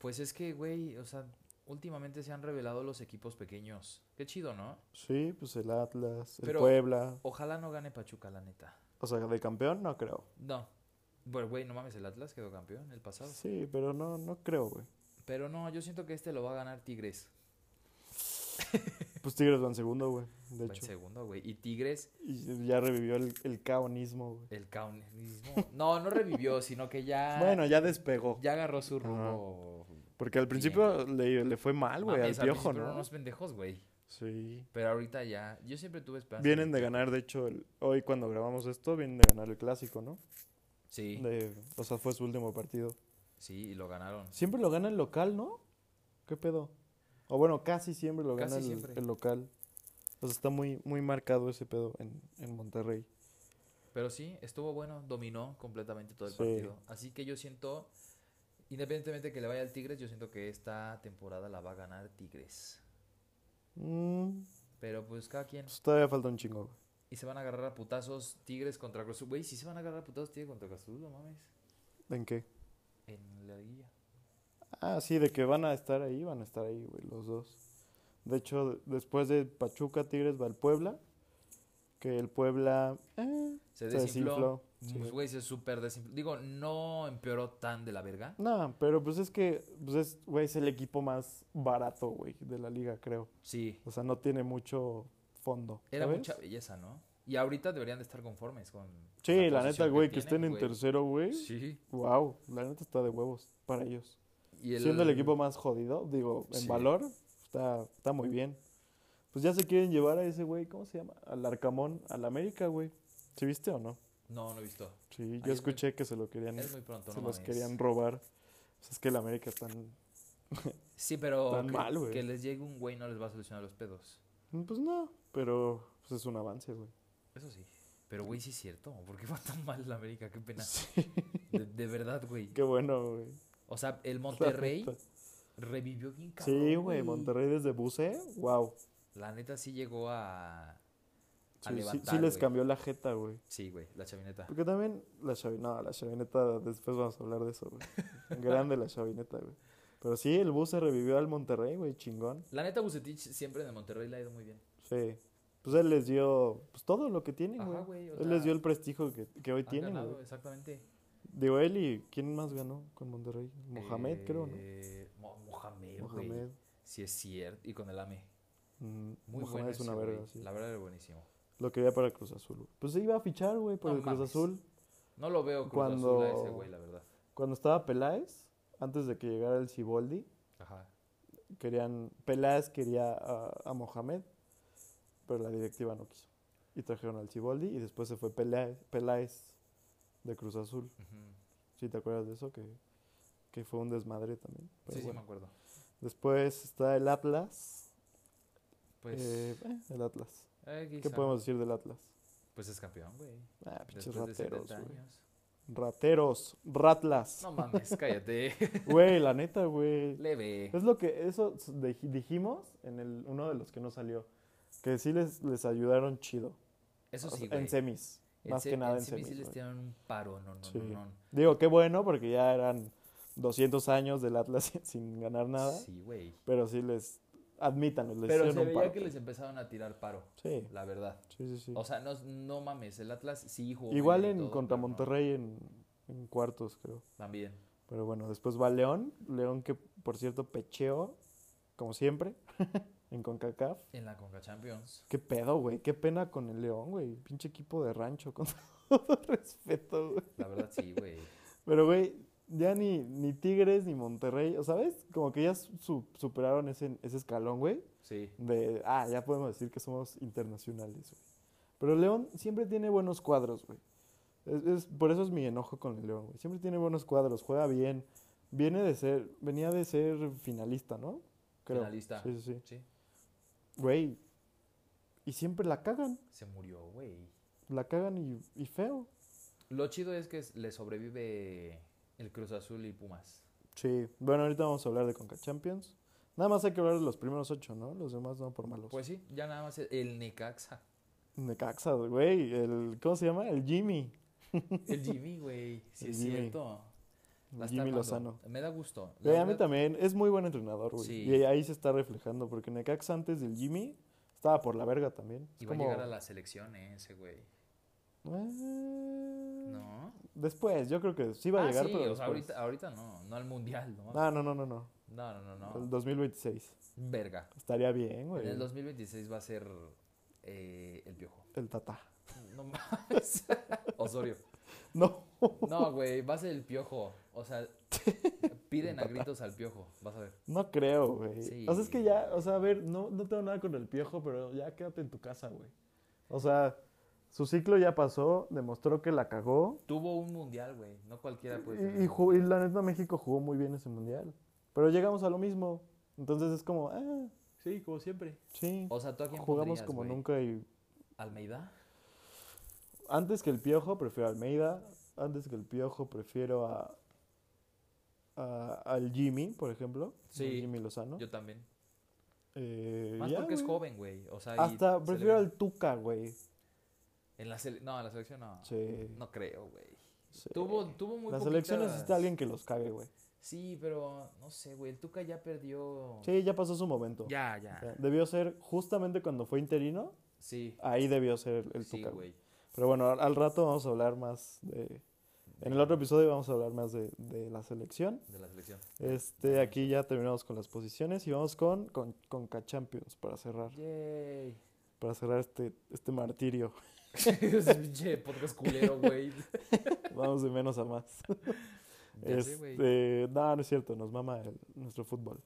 Speaker 2: Pues es que, güey, o sea, últimamente se han revelado los equipos pequeños. Qué chido, ¿no?
Speaker 1: Sí, pues el Atlas, el
Speaker 2: Pero-
Speaker 1: Puebla,
Speaker 2: Ojalá no gane Pachuca, la neta.
Speaker 1: o sea, de campeón no creo.
Speaker 2: No. Bueno, güey, no mames, el Atlas quedó campeón el pasado.
Speaker 1: Sí, pero no, no creo, güey.
Speaker 2: Pero no, yo siento que este lo va a ganar Tigres.
Speaker 1: Pues Tigres van segundo, güey, de
Speaker 2: Va en
Speaker 1: hecho.
Speaker 2: segundo, güey. Y Tigres,
Speaker 1: Y ya revivió el, el caonismo, güey.
Speaker 2: el caunismo. No, no revivió, *laughs* sino que ya.
Speaker 1: Bueno, ya despegó.
Speaker 2: Ya agarró su
Speaker 1: Ajá.
Speaker 2: rumbo.
Speaker 1: Porque al principio le, le fue mal, güey, al
Speaker 2: Mames, al
Speaker 1: piojo,
Speaker 2: principio eran
Speaker 1: ¿no?
Speaker 2: unos pendejos, güey.
Speaker 1: Sí.
Speaker 2: Pero ahorita ya. Yo siempre tuve esperanza.
Speaker 1: Vienen de ganar, de hecho, el- hoy cuando grabamos esto, vienen de ganar el clásico, ¿no?
Speaker 2: Sí,
Speaker 1: De- o sea, fue su último partido.
Speaker 2: sí, y lo ganaron.
Speaker 1: Siempre lo gana el local, ¿no? ¿Qué pedo? O bueno, casi siempre lo gana
Speaker 2: Casi
Speaker 1: el,
Speaker 2: siempre.
Speaker 1: el local. O sea, está muy, muy marcado ese pedo en, en Monterrey.
Speaker 2: Pero sí, estuvo bueno, dominó completamente todo el
Speaker 1: Sí.
Speaker 2: partido. Así que yo siento, independientemente que le vaya al Tigres, yo siento que esta temporada la va a ganar Tigres.
Speaker 1: Mm,
Speaker 2: Pero pues cada quien.
Speaker 1: pues todavía falta un chingo, güey.
Speaker 2: Y se van a agarrar a putazos Tigres contra Cruz Azul. Güey, si se van a agarrar a putazos Tigres contra Cruz Azul, no mames.
Speaker 1: ¿En qué?
Speaker 2: En la liguilla.
Speaker 1: Ah, sí, de que van a estar ahí, van a estar ahí, güey, los dos. De hecho, de- después de Pachuca, Tigres va el Puebla. Que el Puebla. eh,
Speaker 2: Se
Speaker 1: Se
Speaker 2: desinfló.
Speaker 1: desinfló,
Speaker 2: Pues,
Speaker 1: sí.
Speaker 2: Güey, se super desinfló. Digo, no empeoró tan de la verga.
Speaker 1: no, pero pues es que, pues es, güey, es el equipo más barato, güey, de la liga, creo.
Speaker 2: Sí.
Speaker 1: O sea, no tiene mucho fondo.
Speaker 2: Era
Speaker 1: ¿sabes?
Speaker 2: mucha belleza, ¿no? Y ahorita deberían de estar conformes con.
Speaker 1: Sí, la,
Speaker 2: posición
Speaker 1: neta, güey, que, estén
Speaker 2: tienen,
Speaker 1: en
Speaker 2: güey.
Speaker 1: tercero, güey.
Speaker 2: Sí.
Speaker 1: Wow, la neta está de huevos para ellos.
Speaker 2: Y
Speaker 1: Siendo el equipo más jodido, digo, en
Speaker 2: Sí.
Speaker 1: valor, está, está muy bien. Pues ya se quieren llevar a ese güey, ¿cómo se llama? Al Arcamón, al América, güey. ¿Sí viste o no?
Speaker 2: No, no he visto.
Speaker 1: Sí,
Speaker 2: Ay,
Speaker 1: yo
Speaker 2: es muy-
Speaker 1: escuché que se lo querían,
Speaker 2: Es muy pronto,
Speaker 1: Mm. se
Speaker 2: no
Speaker 1: los
Speaker 2: mames.
Speaker 1: querían robar. Pues es que el América están,
Speaker 2: Sí, pero
Speaker 1: Tan
Speaker 2: que,
Speaker 1: mal, güey.
Speaker 2: que les llegue un güey no les va a solucionar los pedos.
Speaker 1: pues no, pero pues es un avance, güey.
Speaker 2: Eso sí. Pero, güey, sí es cierto. ¿Por qué va tan mal la América? Qué
Speaker 1: *laughs*
Speaker 2: pena.
Speaker 1: Sí,
Speaker 2: De, de verdad, güey.
Speaker 1: qué bueno, güey.
Speaker 2: O sea, el
Speaker 1: La
Speaker 2: Monterrey
Speaker 1: neta.
Speaker 2: revivió bien cabrón.
Speaker 1: Sí, güey, Monterrey desde Buce, wow.
Speaker 2: La neta sí llegó a. a
Speaker 1: Sí, sí- sí,
Speaker 2: levantar,
Speaker 1: les
Speaker 2: güey.
Speaker 1: cambió la jeta, güey.
Speaker 2: Sí, güey, la chavineta.
Speaker 1: Porque también la chavineta, la chavineta, después vamos a hablar de eso,
Speaker 2: *laughs*
Speaker 1: güey. Grande la chavineta, güey. Pero sí, el bus se revivió al Monterrey, güey, chingón.
Speaker 2: La neta, Bucetich siempre en el Monterrey le ha ido muy bien.
Speaker 1: Sí. Pues él les dio pues, todo lo que tienen,
Speaker 2: Ajá,
Speaker 1: güey.
Speaker 2: güey, o
Speaker 1: Él les
Speaker 2: sea,
Speaker 1: dio el prestigio que, que hoy
Speaker 2: Han
Speaker 1: tienen,
Speaker 2: ganado,
Speaker 1: güey.
Speaker 2: exactamente.
Speaker 1: Digo, él y ¿quién más ganó con Monterrey? Mohamed, creo, ¿no?
Speaker 2: Eh, Mo- Mohamed, güey.
Speaker 1: Mohamed.
Speaker 2: Sí, es cierto. Y con el AME.
Speaker 1: Mm,
Speaker 2: Muy
Speaker 1: Mohamed
Speaker 2: bueno.
Speaker 1: es una
Speaker 2: ese, güey.
Speaker 1: verga, sí.
Speaker 2: La verdad era buenísimo.
Speaker 1: Lo quería para Cruz Azul. güey. Pues se iba a fichar, güey, por
Speaker 2: No
Speaker 1: el Cruz
Speaker 2: mames.
Speaker 1: Azul.
Speaker 2: No lo veo Cruz Azul a ese
Speaker 1: Cuando-
Speaker 2: güey, la verdad.
Speaker 1: Cuando estaba Peláez, antes de que llegara el Ciboldi,
Speaker 2: Ajá.
Speaker 1: querían, Peláez quería a, a Mohamed, pero la directiva no quiso. Y trajeron al Ciboldi y después se fue Peláez, Peláez de Cruz Azul.
Speaker 2: Ujú.
Speaker 1: Si te acuerdas de eso, que, que fue un desmadre también. Pero
Speaker 2: Sí, sí, me
Speaker 1: bueno.
Speaker 2: acuerdo.
Speaker 1: Después está el Atlas.
Speaker 2: Pues.
Speaker 1: eh, eh, el Atlas.
Speaker 2: eh,
Speaker 1: ¿Qué
Speaker 2: quizá.
Speaker 1: podemos decir del Atlas?
Speaker 2: Pues es campeón, güey.
Speaker 1: Ah, pinches
Speaker 2: Después de
Speaker 1: rateros,
Speaker 2: 70
Speaker 1: güey.
Speaker 2: años.
Speaker 1: Rateros, ratlas.
Speaker 2: No mames, cállate. *laughs*
Speaker 1: Güey, la neta, güey.
Speaker 2: Leve.
Speaker 1: Es lo que eso s- dij- dijimos en el, uno de los que no salió. Que sí les, les ayudaron chido.
Speaker 2: Eso
Speaker 1: O sea,
Speaker 2: sí, güey.
Speaker 1: en semis.
Speaker 2: En
Speaker 1: más
Speaker 2: se-
Speaker 1: que nada en
Speaker 2: semi
Speaker 1: semis.
Speaker 2: sí les
Speaker 1: güey.
Speaker 2: tiraron un paro, no, no,
Speaker 1: Sí.
Speaker 2: no, no.
Speaker 1: Digo, qué bueno, porque ya eran 200 años del Atlas *laughs* sin, sin ganar nada.
Speaker 2: Sí, güey.
Speaker 1: Pero sí les. Admítanlo, les
Speaker 2: Pero se
Speaker 1: hicieron un
Speaker 2: veía
Speaker 1: paro.
Speaker 2: que les empezaron a tirar paro,
Speaker 1: Sí,
Speaker 2: la verdad.
Speaker 1: sí, sí. sí.
Speaker 2: O sea, no, no mames, el Atlas sí jugó. bien
Speaker 1: Igual
Speaker 2: y
Speaker 1: en
Speaker 2: todo,
Speaker 1: contra
Speaker 2: pero no,
Speaker 1: Monterrey en, en cuartos, creo.
Speaker 2: también.
Speaker 1: Pero bueno, después va León. León que, por cierto, pecheó, como siempre, *laughs* en CONCACAF.
Speaker 2: En la Conca Champions.
Speaker 1: Qué pedo, güey. Qué pena con el León, güey. Pinche equipo de rancho, con *laughs* todo respeto, güey.
Speaker 2: La verdad sí, güey.
Speaker 1: Pero, güey, ya ni, ni Tigres ni Monterrey, o ¿sabes? Como que ya su- superaron ese, ese escalón, güey.
Speaker 2: Sí.
Speaker 1: De, ah, ya podemos decir que somos internacionales, güey. Pero León siempre tiene buenos cuadros, güey. Es, es- por eso es mi enojo con el León, güey. Siempre tiene buenos cuadros, juega bien. Viene de ser, venía de ser finalista, ¿no?
Speaker 2: Finalista.
Speaker 1: Sí, sí, sí.
Speaker 2: Sí.
Speaker 1: Güey. Y siempre la cagan.
Speaker 2: Se murió, güey.
Speaker 1: La cagan y, y feo.
Speaker 2: Lo chido es que le sobrevive el Cruz Azul y Pumas.
Speaker 1: Sí. Bueno, ahorita vamos a hablar de Conca Champions. Nada más hay que hablar de los primeros ocho, ¿no? Los demás no por malos.
Speaker 2: Pues sí, ya nada más el Necaxa.
Speaker 1: Necaxa, güey. El, ¿Cómo se llama? El Jimmy.
Speaker 2: El
Speaker 1: *laughs*
Speaker 2: Jimmy, güey. Sí,
Speaker 1: El
Speaker 2: es
Speaker 1: Jimmy.
Speaker 2: cierto. La está
Speaker 1: Jimmy
Speaker 2: armando.
Speaker 1: Lozano.
Speaker 2: Me da gusto. La
Speaker 1: Güey, a mí
Speaker 2: verdad,
Speaker 1: también, es muy buen entrenador, güey.
Speaker 2: Sí.
Speaker 1: Y ahí se está reflejando, porque Necaxa antes del Jimmy estaba por la verga también. Es
Speaker 2: Y va a
Speaker 1: como,
Speaker 2: llegar a la selección eh, ese, güey.
Speaker 1: "Eh,
Speaker 2: ¿No?
Speaker 1: Después, yo creo que sí va a
Speaker 2: Ah,
Speaker 1: llegar,
Speaker 2: sí,
Speaker 1: pero
Speaker 2: o sea,
Speaker 1: después.
Speaker 2: ahorita, ahorita no, no al mundial, ¿no?
Speaker 1: Ah, no, no, no, no.
Speaker 2: No, no, no, no.
Speaker 1: El 2026.
Speaker 2: Verga.
Speaker 1: Estaría Pues, bien, güey.
Speaker 2: En el
Speaker 1: El,
Speaker 2: 2026 va a ser eh, el piojo.
Speaker 1: Tata.
Speaker 2: No mames. *laughs* Osorio.
Speaker 1: No.
Speaker 2: No, güey, va a ser el piojo. O sea, piden a gritos al piojo. Vas a ver.
Speaker 1: No creo, güey. O sea, es que
Speaker 2: Sí.
Speaker 1: ya, o sea, a ver, no, no tengo nada con el piojo, pero ya quédate en tu casa, güey. O sea, su ciclo ya pasó, demostró que la cagó.
Speaker 2: Tuvo un mundial, güey. No cualquiera puede tener
Speaker 1: Y, y
Speaker 2: un
Speaker 1: ju- y
Speaker 2: mundial.
Speaker 1: la neta México jugó muy bien ese mundial. Pero llegamos a lo mismo. Entonces es como, ah,
Speaker 2: Sí, como siempre.
Speaker 1: sí.
Speaker 2: O sea, ¿tú a quién
Speaker 1: Jugamos
Speaker 2: pondrías,
Speaker 1: como
Speaker 2: güey?
Speaker 1: nunca y
Speaker 2: ¿Almeida?
Speaker 1: Antes que el Piojo, prefiero a Almeida. Antes que el Piojo, prefiero a, a- al Jimmy, por ejemplo.
Speaker 2: Sí.
Speaker 1: al Jimmy Lozano.
Speaker 2: Yo también.
Speaker 1: Eh,
Speaker 2: Más
Speaker 1: ya,
Speaker 2: porque es
Speaker 1: güey.
Speaker 2: joven, güey. O sea, y se
Speaker 1: Hasta
Speaker 2: le
Speaker 1: prefiero
Speaker 2: ve-
Speaker 1: al Tuca, güey.
Speaker 2: En la sele- No, en la selección no.
Speaker 1: Sí,
Speaker 2: No creo, güey.
Speaker 1: sí.
Speaker 2: Tuvo, tuvo muy
Speaker 1: Las elecciones
Speaker 2: poquitas-
Speaker 1: necesita alguien que los cague, güey.
Speaker 2: Sí, pero no sé, güey. El Tuca ya perdió.
Speaker 1: Sí, ya pasó su momento.
Speaker 2: Ya,
Speaker 1: O sea,
Speaker 2: ya.
Speaker 1: Debió ser justamente cuando fue interino,
Speaker 2: Sí.
Speaker 1: ahí debió ser el
Speaker 2: sí,
Speaker 1: Tuca, güey.
Speaker 2: güey.
Speaker 1: Pero bueno, al- al rato vamos a hablar más de... En el otro episodio vamos a hablar más de, de la selección.
Speaker 2: De la selección.
Speaker 1: Este, aquí ya terminamos con las posiciones y vamos con, con, con K-Champions para cerrar,
Speaker 2: Yay. *laughs*
Speaker 1: para cerrar este, este martirio. *laughs*
Speaker 2: Ese pinche podcast culero, güey.
Speaker 1: Vamos de menos a más.
Speaker 2: Ya sé, güey.
Speaker 1: Este, no, no es cierto, nos mama el- nuestro fútbol.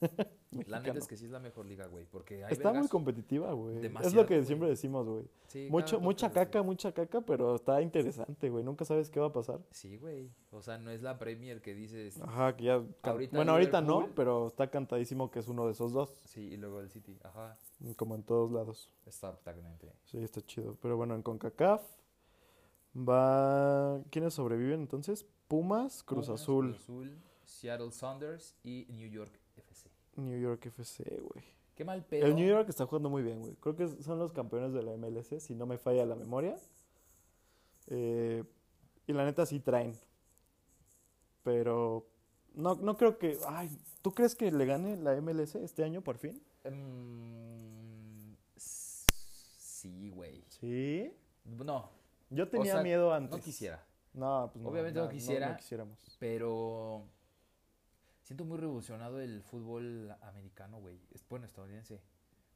Speaker 1: *laughs*
Speaker 2: La neta
Speaker 1: Este,
Speaker 2: es
Speaker 1: mexicano.
Speaker 2: que sí es la mejor liga, güey. Porque hay
Speaker 1: Está muy
Speaker 2: vergazos.
Speaker 1: competitiva, güey. Es lo
Speaker 2: Demasiado,
Speaker 1: que
Speaker 2: güey.
Speaker 1: siempre decimos, güey.
Speaker 2: Sí,
Speaker 1: Mucho,
Speaker 2: cada
Speaker 1: mucha
Speaker 2: podcast,
Speaker 1: caca,
Speaker 2: güey.
Speaker 1: mucha caca, pero está interesante, güey. Nunca sabes qué va a pasar.
Speaker 2: Sí, güey. O sea, no es la Premier que dices.
Speaker 1: Ajá, que ya. can-
Speaker 2: Ahorita
Speaker 1: bueno, ahorita no,
Speaker 2: Liverpool-
Speaker 1: pero está cantadísimo que es uno de esos dos,
Speaker 2: Sí, y luego el City. Ajá.
Speaker 1: como en todos lados.
Speaker 2: Exactamente.
Speaker 1: Sí, está chido. Pero bueno, en CONCACAF va. ¿Quiénes sobreviven entonces? Pumas, Cruz
Speaker 2: Pumas,
Speaker 1: Azul,
Speaker 2: Cruz Azul, Seattle Sounders y New York FC.
Speaker 1: New York FC, güey.
Speaker 2: Qué mal pedo.
Speaker 1: El New York está jugando muy bien, güey. Creo que son los campeones de la MLS, si no me falla la memoria. Eh, y la neta sí traen. Pero no, no creo que. Ay, ¿tú crees que le gane la MLS este año por fin?
Speaker 2: Mm, s- sí, güey.
Speaker 1: Sí.
Speaker 2: No.
Speaker 1: Yo
Speaker 2: o
Speaker 1: tenía
Speaker 2: sea,
Speaker 1: miedo antes.
Speaker 2: No quisiera.
Speaker 1: No, pues no.
Speaker 2: Obviamente no quisiera.
Speaker 1: quisiéramos.
Speaker 2: Pero siento muy revolucionado el fútbol americano, güey. Es bueno, estadounidense.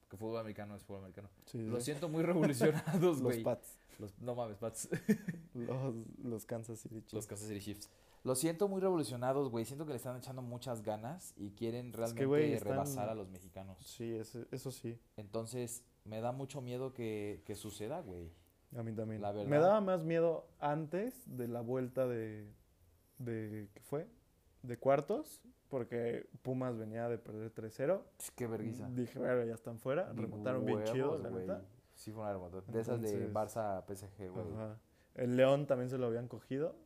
Speaker 2: Porque fútbol americano es fútbol americano.
Speaker 1: Sí,
Speaker 2: Lo
Speaker 1: sí.
Speaker 2: siento muy revolucionados,
Speaker 1: Los
Speaker 2: güey.
Speaker 1: Pats.
Speaker 2: *laughs* Los- no mames, Pats.
Speaker 1: Los, los Kansas City Chiefs.
Speaker 2: *laughs* Los Kansas City Chiefs. Lo siento muy revolucionados, güey. Siento que le están echando muchas ganas y quieren realmente
Speaker 1: güey, están-
Speaker 2: rebasar a los mexicanos.
Speaker 1: Sí, ese- eso sí.
Speaker 2: Entonces, me da mucho miedo que, que suceda, güey.
Speaker 1: A mí también.
Speaker 2: La
Speaker 1: Me
Speaker 2: verdad.
Speaker 1: daba más miedo antes de la vuelta de, de ¿qué fue? De cuartos, porque Pumas venía de perder 3-0.
Speaker 2: Pss, Qué vergüenza.
Speaker 1: Dije, bueno, ya están fuera.
Speaker 2: Ni
Speaker 1: Remontaron bien chido,
Speaker 2: huevos,
Speaker 1: la
Speaker 2: güey.
Speaker 1: neta.
Speaker 2: Sí, fue una remontada. De esas de
Speaker 1: Entonces-
Speaker 2: Barça PSG, güey.
Speaker 1: Ajá. El León también se lo habían cogido.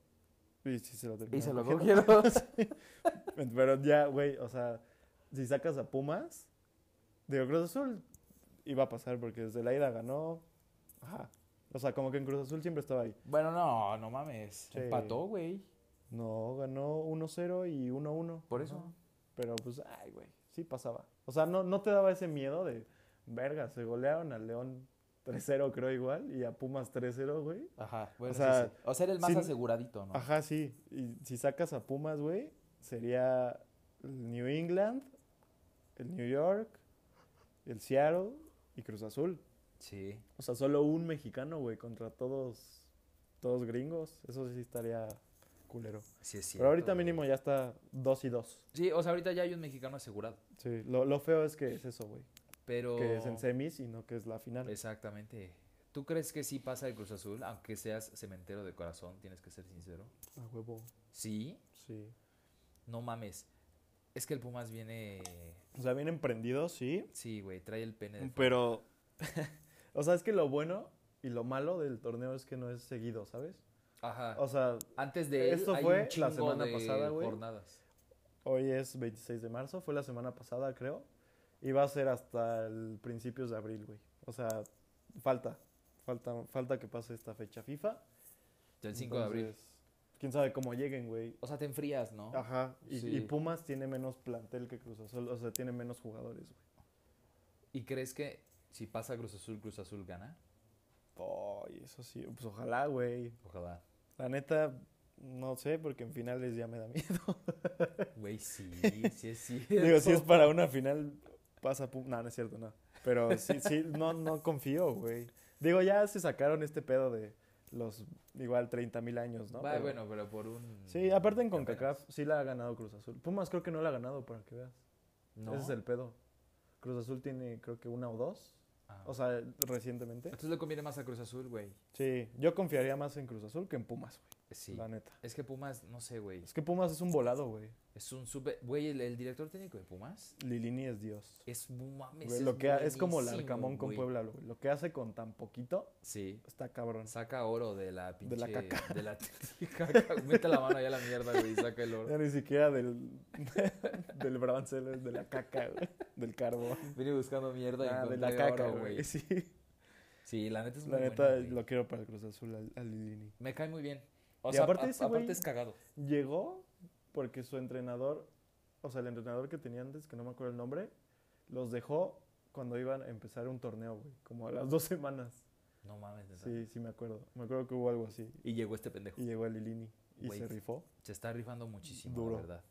Speaker 1: Y sí se lo
Speaker 2: Y se
Speaker 1: terminaron
Speaker 2: lo
Speaker 1: cogiendo.
Speaker 2: cogieron. *laughs*
Speaker 1: *laughs* Pero ya, güey, o sea, si sacas a Pumas, digo, Cruz Azul iba a pasar porque desde la ida ganó. Ajá. O sea, como que en Cruz Azul siempre estaba ahí.
Speaker 2: bueno, no, no mames. Empató, güey.
Speaker 1: No, ganó 1-0 y 1-1.
Speaker 2: Por eso.
Speaker 1: Ajá. Pero pues, ay, güey, sí pasaba. O sea, no, no te daba ese miedo de, verga, se golearon al León 3-0, creo igual, y a Pumas 3-0, güey.
Speaker 2: Ajá. Bueno, sí, sí.
Speaker 1: sea,
Speaker 2: o, sea, era el más
Speaker 1: sin-
Speaker 2: aseguradito, ¿no?
Speaker 1: Ajá, sí. Y si sacas a Pumas, güey, sería el New England, el New York, el Seattle y Cruz Azul.
Speaker 2: Sí.
Speaker 1: O sea, solo un mexicano, güey, contra todos, todos gringos. Eso sí estaría culero.
Speaker 2: Sí, es
Speaker 1: Pero ahorita
Speaker 2: cierto, güey.
Speaker 1: mínimo ya está 2 y 2.
Speaker 2: Sí, o sea, ahorita ya hay un mexicano asegurado.
Speaker 1: Sí, lo, lo feo es que es eso, güey.
Speaker 2: Pero.
Speaker 1: Que es en semis y no que es la final.
Speaker 2: Exactamente. ¿Tú crees que sí pasa el Cruz Azul? Aunque seas cementero de corazón, tienes que ser sincero.
Speaker 1: A huevo,
Speaker 2: Sí,
Speaker 1: sí.
Speaker 2: no mames. Es que el Pumas viene.
Speaker 1: O sea, bien emprendido, sí.
Speaker 2: Sí, güey, trae el pene. de fuera.
Speaker 1: Pero. *laughs* o sea, es que lo bueno y lo malo del torneo es que no es seguido, ¿sabes?
Speaker 2: Ajá.
Speaker 1: O sea,
Speaker 2: Antes de él,
Speaker 1: esto
Speaker 2: hay
Speaker 1: fue
Speaker 2: un
Speaker 1: la
Speaker 2: chingo
Speaker 1: semana
Speaker 2: de
Speaker 1: pasada, güey.
Speaker 2: jornadas.
Speaker 1: hoy es 26 de marzo, fue la semana pasada, creo. Y va a ser hasta el principios de abril, güey. O sea, falta. Falta, falta que pase esta fecha FIFA.
Speaker 2: El 5 de abril.
Speaker 1: Entonces, Quién sabe cómo lleguen, güey.
Speaker 2: O sea, te enfrías, ¿no?
Speaker 1: Ajá. Y, y
Speaker 2: Sí.
Speaker 1: Pumas tiene menos plantel que Cruz Azul. O sea, tiene menos jugadores, güey.
Speaker 2: ¿Y crees que si pasa Cruz Azul, Cruz Azul gana?
Speaker 1: Ay, eso sí. Pues ojalá, güey. *laughs*
Speaker 2: Ojalá.
Speaker 1: La neta, no sé, porque en finales ya me da miedo.
Speaker 2: Güey, sí, sí es cierto.
Speaker 1: Digo, si es para una final, pasa... Pum... No, no es cierto, no. Pero sí, sí, no, no confío, güey. Digo, ya se sacaron este pedo de los igual 30 mil años, ¿no?
Speaker 2: Va,
Speaker 1: Pero-
Speaker 2: bueno, pero por un.
Speaker 1: Sí, aparte en
Speaker 2: apenas.
Speaker 1: CONCACAF sí la ha ganado Cruz Azul. Pumas creo que no la ha ganado, para que veas.
Speaker 2: ¿No?
Speaker 1: Ese es el pedo. Cruz Azul tiene creo que una o dos.
Speaker 2: Ah.
Speaker 1: O ¿eh? sea, recientemente.
Speaker 2: Entonces le conviene más a Cruz Azul, güey.
Speaker 1: Sí, yo confiaría más en Cruz Azul que en Pumas, güey.
Speaker 2: Sí.
Speaker 1: la neta.
Speaker 2: Es que Pumas, no sé, güey.
Speaker 1: Es que Pumas es un volado, güey.
Speaker 2: Es un super. Güey, el, el director técnico de Pumas
Speaker 1: Lilini es Dios.
Speaker 2: es un mames.
Speaker 1: Güey, lo que ha- es como el
Speaker 2: buenísimo,
Speaker 1: Arcamón con
Speaker 2: güey.
Speaker 1: Puebla, güey. Lo que hace con tan poquito
Speaker 2: Sí.
Speaker 1: está cabrón.
Speaker 2: Saca oro de la pinche.
Speaker 1: De la caca.
Speaker 2: de la *laughs* caca. Mete la mano allá a la mierda, güey. y Saca el oro.
Speaker 1: Ya ni siquiera del, *laughs* del Brancel, es de la caca, güey. Del carbón.
Speaker 2: Vine buscando mierda y
Speaker 1: Ah, de
Speaker 2: encontré
Speaker 1: la caca,
Speaker 2: oro,
Speaker 1: güey. Sí.
Speaker 2: Sí, la neta es muy
Speaker 1: La neta,
Speaker 2: buena, güey.
Speaker 1: lo quiero para el Cruz Azul al, al Lilini.
Speaker 2: Me cae muy bien. O
Speaker 1: Y
Speaker 2: sea,
Speaker 1: aparte
Speaker 2: aparte,
Speaker 1: ese güey-
Speaker 2: aparte es cagado.
Speaker 1: Llegó porque su entrenador, o sea, el entrenador que tenía antes, que no me acuerdo el nombre, los dejó cuando iban a empezar un torneo, güey. Como a las dos semanas.
Speaker 2: No mames. neta.
Speaker 1: Sí, sí me acuerdo. Me acuerdo que hubo algo así.
Speaker 2: Y llegó este pendejo.
Speaker 1: Y llegó el Lilini y
Speaker 2: Güey.
Speaker 1: se rifó.
Speaker 2: Se está rifando muchísimo,
Speaker 1: Duro.
Speaker 2: la verdad.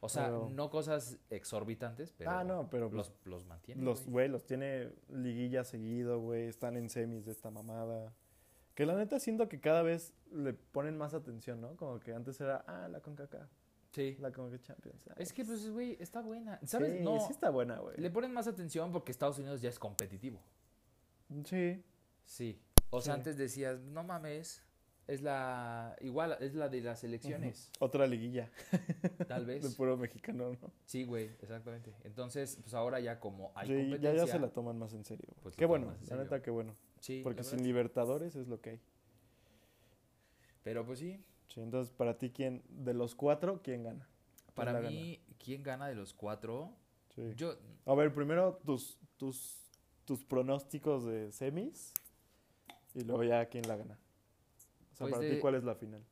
Speaker 2: O sea,
Speaker 1: Pero-
Speaker 2: no cosas exorbitantes, pero.
Speaker 1: ah, no, pero pues,
Speaker 2: Los, los mantiene.
Speaker 1: los,
Speaker 2: güey.
Speaker 1: güey, los tiene liguilla seguido, güey. Están en semis de esta mamada. Que la neta siento que cada vez le ponen más atención, ¿no? Como que antes era, ah, la CONCACAF,
Speaker 2: Sí.
Speaker 1: la CONCACAF Champions. ah,
Speaker 2: Es que, pues, güey, está buena. ¿Sabes?
Speaker 1: Sí, este
Speaker 2: no.
Speaker 1: sí está buena, güey.
Speaker 2: Le ponen más atención porque Estados Unidos ya es competitivo.
Speaker 1: Sí.
Speaker 2: Sí. O sea,
Speaker 1: Sí.
Speaker 2: antes decías, no mames, es la. Igual, es la de las elecciones,
Speaker 1: Ujú. *laughs* Otra liguilla
Speaker 2: tal
Speaker 1: *laughs*
Speaker 2: vez.
Speaker 1: de puro mexicano, ¿no?
Speaker 2: Sí, güey, exactamente. Entonces, pues ahora ya como hay
Speaker 1: Sí, ya,
Speaker 2: competencia.
Speaker 1: ya se la toman más en serio. güey.
Speaker 2: Pues la
Speaker 1: qué
Speaker 2: toman
Speaker 1: bueno,
Speaker 2: más en
Speaker 1: la neta,
Speaker 2: serio.
Speaker 1: qué bueno.
Speaker 2: Sí, la
Speaker 1: Porque sin
Speaker 2: verdad.
Speaker 1: Libertadores es lo que hay.
Speaker 2: Pero pues sí,
Speaker 1: Sí, entonces, para ti, ¿quién? De los cuatro, ¿quién gana? ¿Quién
Speaker 2: para
Speaker 1: Pues, la gana?
Speaker 2: mí, ¿quién gana de los cuatro?
Speaker 1: Sí.
Speaker 2: Yo,
Speaker 1: A ver, primero tus, tus, tus pronósticos de semis y luego ya quién la gana. O sea,
Speaker 2: Pues
Speaker 1: para ti,
Speaker 2: de-
Speaker 1: ¿cuál es la final?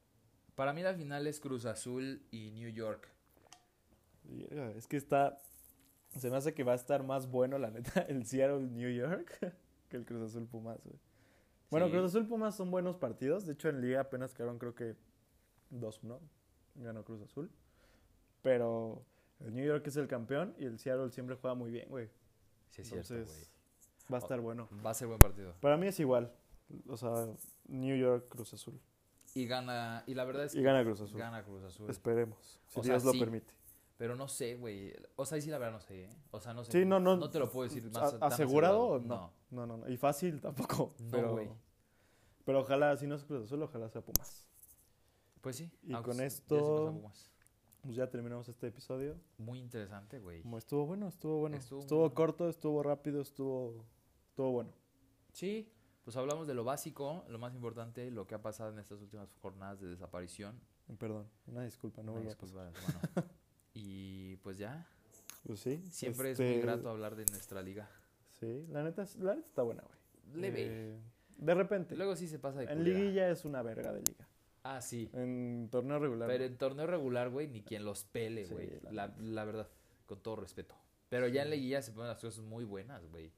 Speaker 2: para mí la final es Cruz Azul y New York.
Speaker 1: Y, eh, Es que está. Se me hace que va a estar más bueno, la neta, *laughs* el Seattle New York *laughs* que el Cruz Azul Pumas, güey. Bueno,
Speaker 2: Sí.
Speaker 1: Cruz Azul Pumas son buenos partidos. De hecho, en Liga apenas quedaron, creo que 2-1. Ganó Cruz Azul. Pero el New York es el campeón y el Seattle siempre juega muy bien, güey.
Speaker 2: Sí, es cierto, güey. Oh.
Speaker 1: Entonces, va a estar bueno.
Speaker 2: Va a ser buen partido.
Speaker 1: Para mí es igual. O sea, New York, Cruz Azul.
Speaker 2: Y gana, y la verdad es
Speaker 1: Y
Speaker 2: que
Speaker 1: gana Cruz Azul.
Speaker 2: gana Cruz Azul.
Speaker 1: Esperemos. Si
Speaker 2: O sea,
Speaker 1: Dios lo
Speaker 2: sí.
Speaker 1: permite.
Speaker 2: Pero no sé, güey. O sea, ahí sí la verdad no sé, ¿eh? O sea, no sé.
Speaker 1: Sí, no, no.
Speaker 2: te lo puedo decir
Speaker 1: ¿A-
Speaker 2: más. tan
Speaker 1: ¿Asegurado o
Speaker 2: asegurado.
Speaker 1: no? No, no, no. Y fácil tampoco.
Speaker 2: No,
Speaker 1: pero,
Speaker 2: güey.
Speaker 1: pero ojalá, si no es Cruz Azul, ojalá sea Pumas.
Speaker 2: Pues sí.
Speaker 1: Y
Speaker 2: aunque
Speaker 1: con
Speaker 2: sí, ya
Speaker 1: esto-
Speaker 2: se pasa Pumas.
Speaker 1: Pues ya terminamos este episodio.
Speaker 2: Muy interesante, güey.
Speaker 1: Como Estuvo bueno, estuvo bueno.
Speaker 2: Estuvo
Speaker 1: Estuvo,
Speaker 2: muy bueno.
Speaker 1: corto, estuvo rápido, estuvo, estuvo bueno.
Speaker 2: Sí, pues hablamos de lo básico, lo más importante, lo que ha pasado en estas últimas jornadas de desaparición.
Speaker 1: Perdón, una disculpa, no
Speaker 2: Una
Speaker 1: vuelvo a
Speaker 2: disculpa, hermano.
Speaker 1: *laughs*
Speaker 2: Y pues ya,
Speaker 1: pasar. Pues sí.
Speaker 2: siempre es
Speaker 1: este,
Speaker 2: muy grato hablar de nuestra liga.
Speaker 1: Sí, la neta, es- la neta está buena, güey.
Speaker 2: Leve.
Speaker 1: Eh, de repente.
Speaker 2: Luego sí se pasa de
Speaker 1: en
Speaker 2: culera.
Speaker 1: liguilla es una verga de liga.
Speaker 2: Ah, sí.
Speaker 1: En torneo regular.
Speaker 2: Pero
Speaker 1: no.
Speaker 2: en torneo regular, güey, ni quien los pele,
Speaker 1: Sí,
Speaker 2: güey.
Speaker 1: la
Speaker 2: la, la verdad, con todo respeto. Pero ya en
Speaker 1: Sí.
Speaker 2: liguilla se ponen las cosas muy buenas, güey.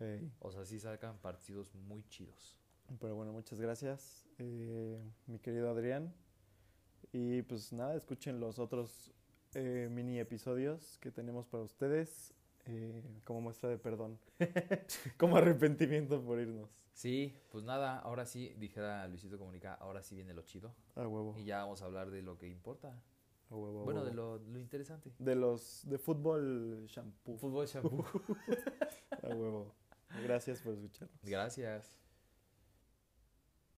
Speaker 1: Ey.
Speaker 2: O sea, sí sacan partidos muy chidos.
Speaker 1: Pero bueno, muchas gracias, eh, mi querido Adrián. Y pues nada, escuchen los otros eh, mini episodios que tenemos para ustedes eh, como muestra de
Speaker 2: *laughs*
Speaker 1: perdón, como arrepentimiento por irnos.
Speaker 2: Sí, pues nada, ahora sí, dijera Luisito Comunica, ahora sí viene lo chido.
Speaker 1: A huevo.
Speaker 2: Y ya vamos a hablar de lo que importa.
Speaker 1: a huevo, a
Speaker 2: Bueno, de
Speaker 1: huevo.
Speaker 2: lo, lo interesante.
Speaker 1: de los de fútbol shampoo.
Speaker 2: Fútbol shampoo.
Speaker 1: A huevo. Gracias por escucharnos.
Speaker 2: Gracias.